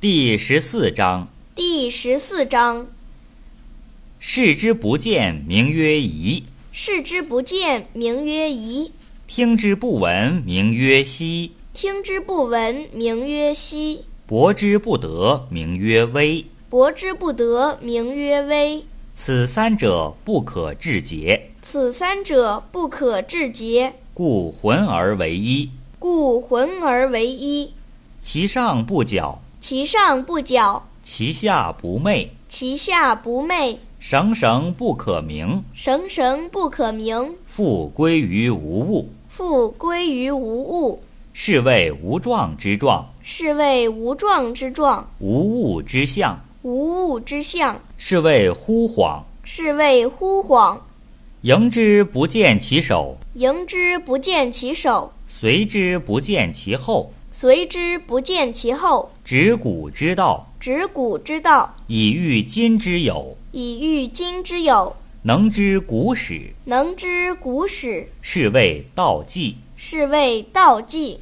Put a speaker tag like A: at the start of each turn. A: 第十四章：
B: 第十四章：
A: 视之不见，名曰夷；
B: 视之不见，名曰夷；
A: 听之不闻，名曰希；
B: 听之不闻，名曰希；
A: 博之不得，名曰微。
B: 博之不得，名曰微。
A: 此三者不可致诘，
B: 此三者不可致诘，
A: 故混而为一。
B: 故混而为一。
A: 其上不矫，
B: 其上不矫，
A: 其下不昧，
B: 其下不昧。
A: 绳绳不可名，
B: 绳绳不可名，
A: 复归于无物。
B: 复归于无物。
A: 是谓无状之状，
B: 是谓无状之状，
A: 无物之象。
B: 无物之象。
A: 是谓惚恍。
B: 是谓惚恍。
A: 迎之不见其首，
B: 迎之不见其首，
A: 随之不见其后。
B: 随之不见其后。
A: 执古之道，
B: 执古之道，
A: 以御今之有；
B: 以御今之有。
A: 能知古始，
B: 能知古始，
A: 是谓道纪。
B: 是谓道纪。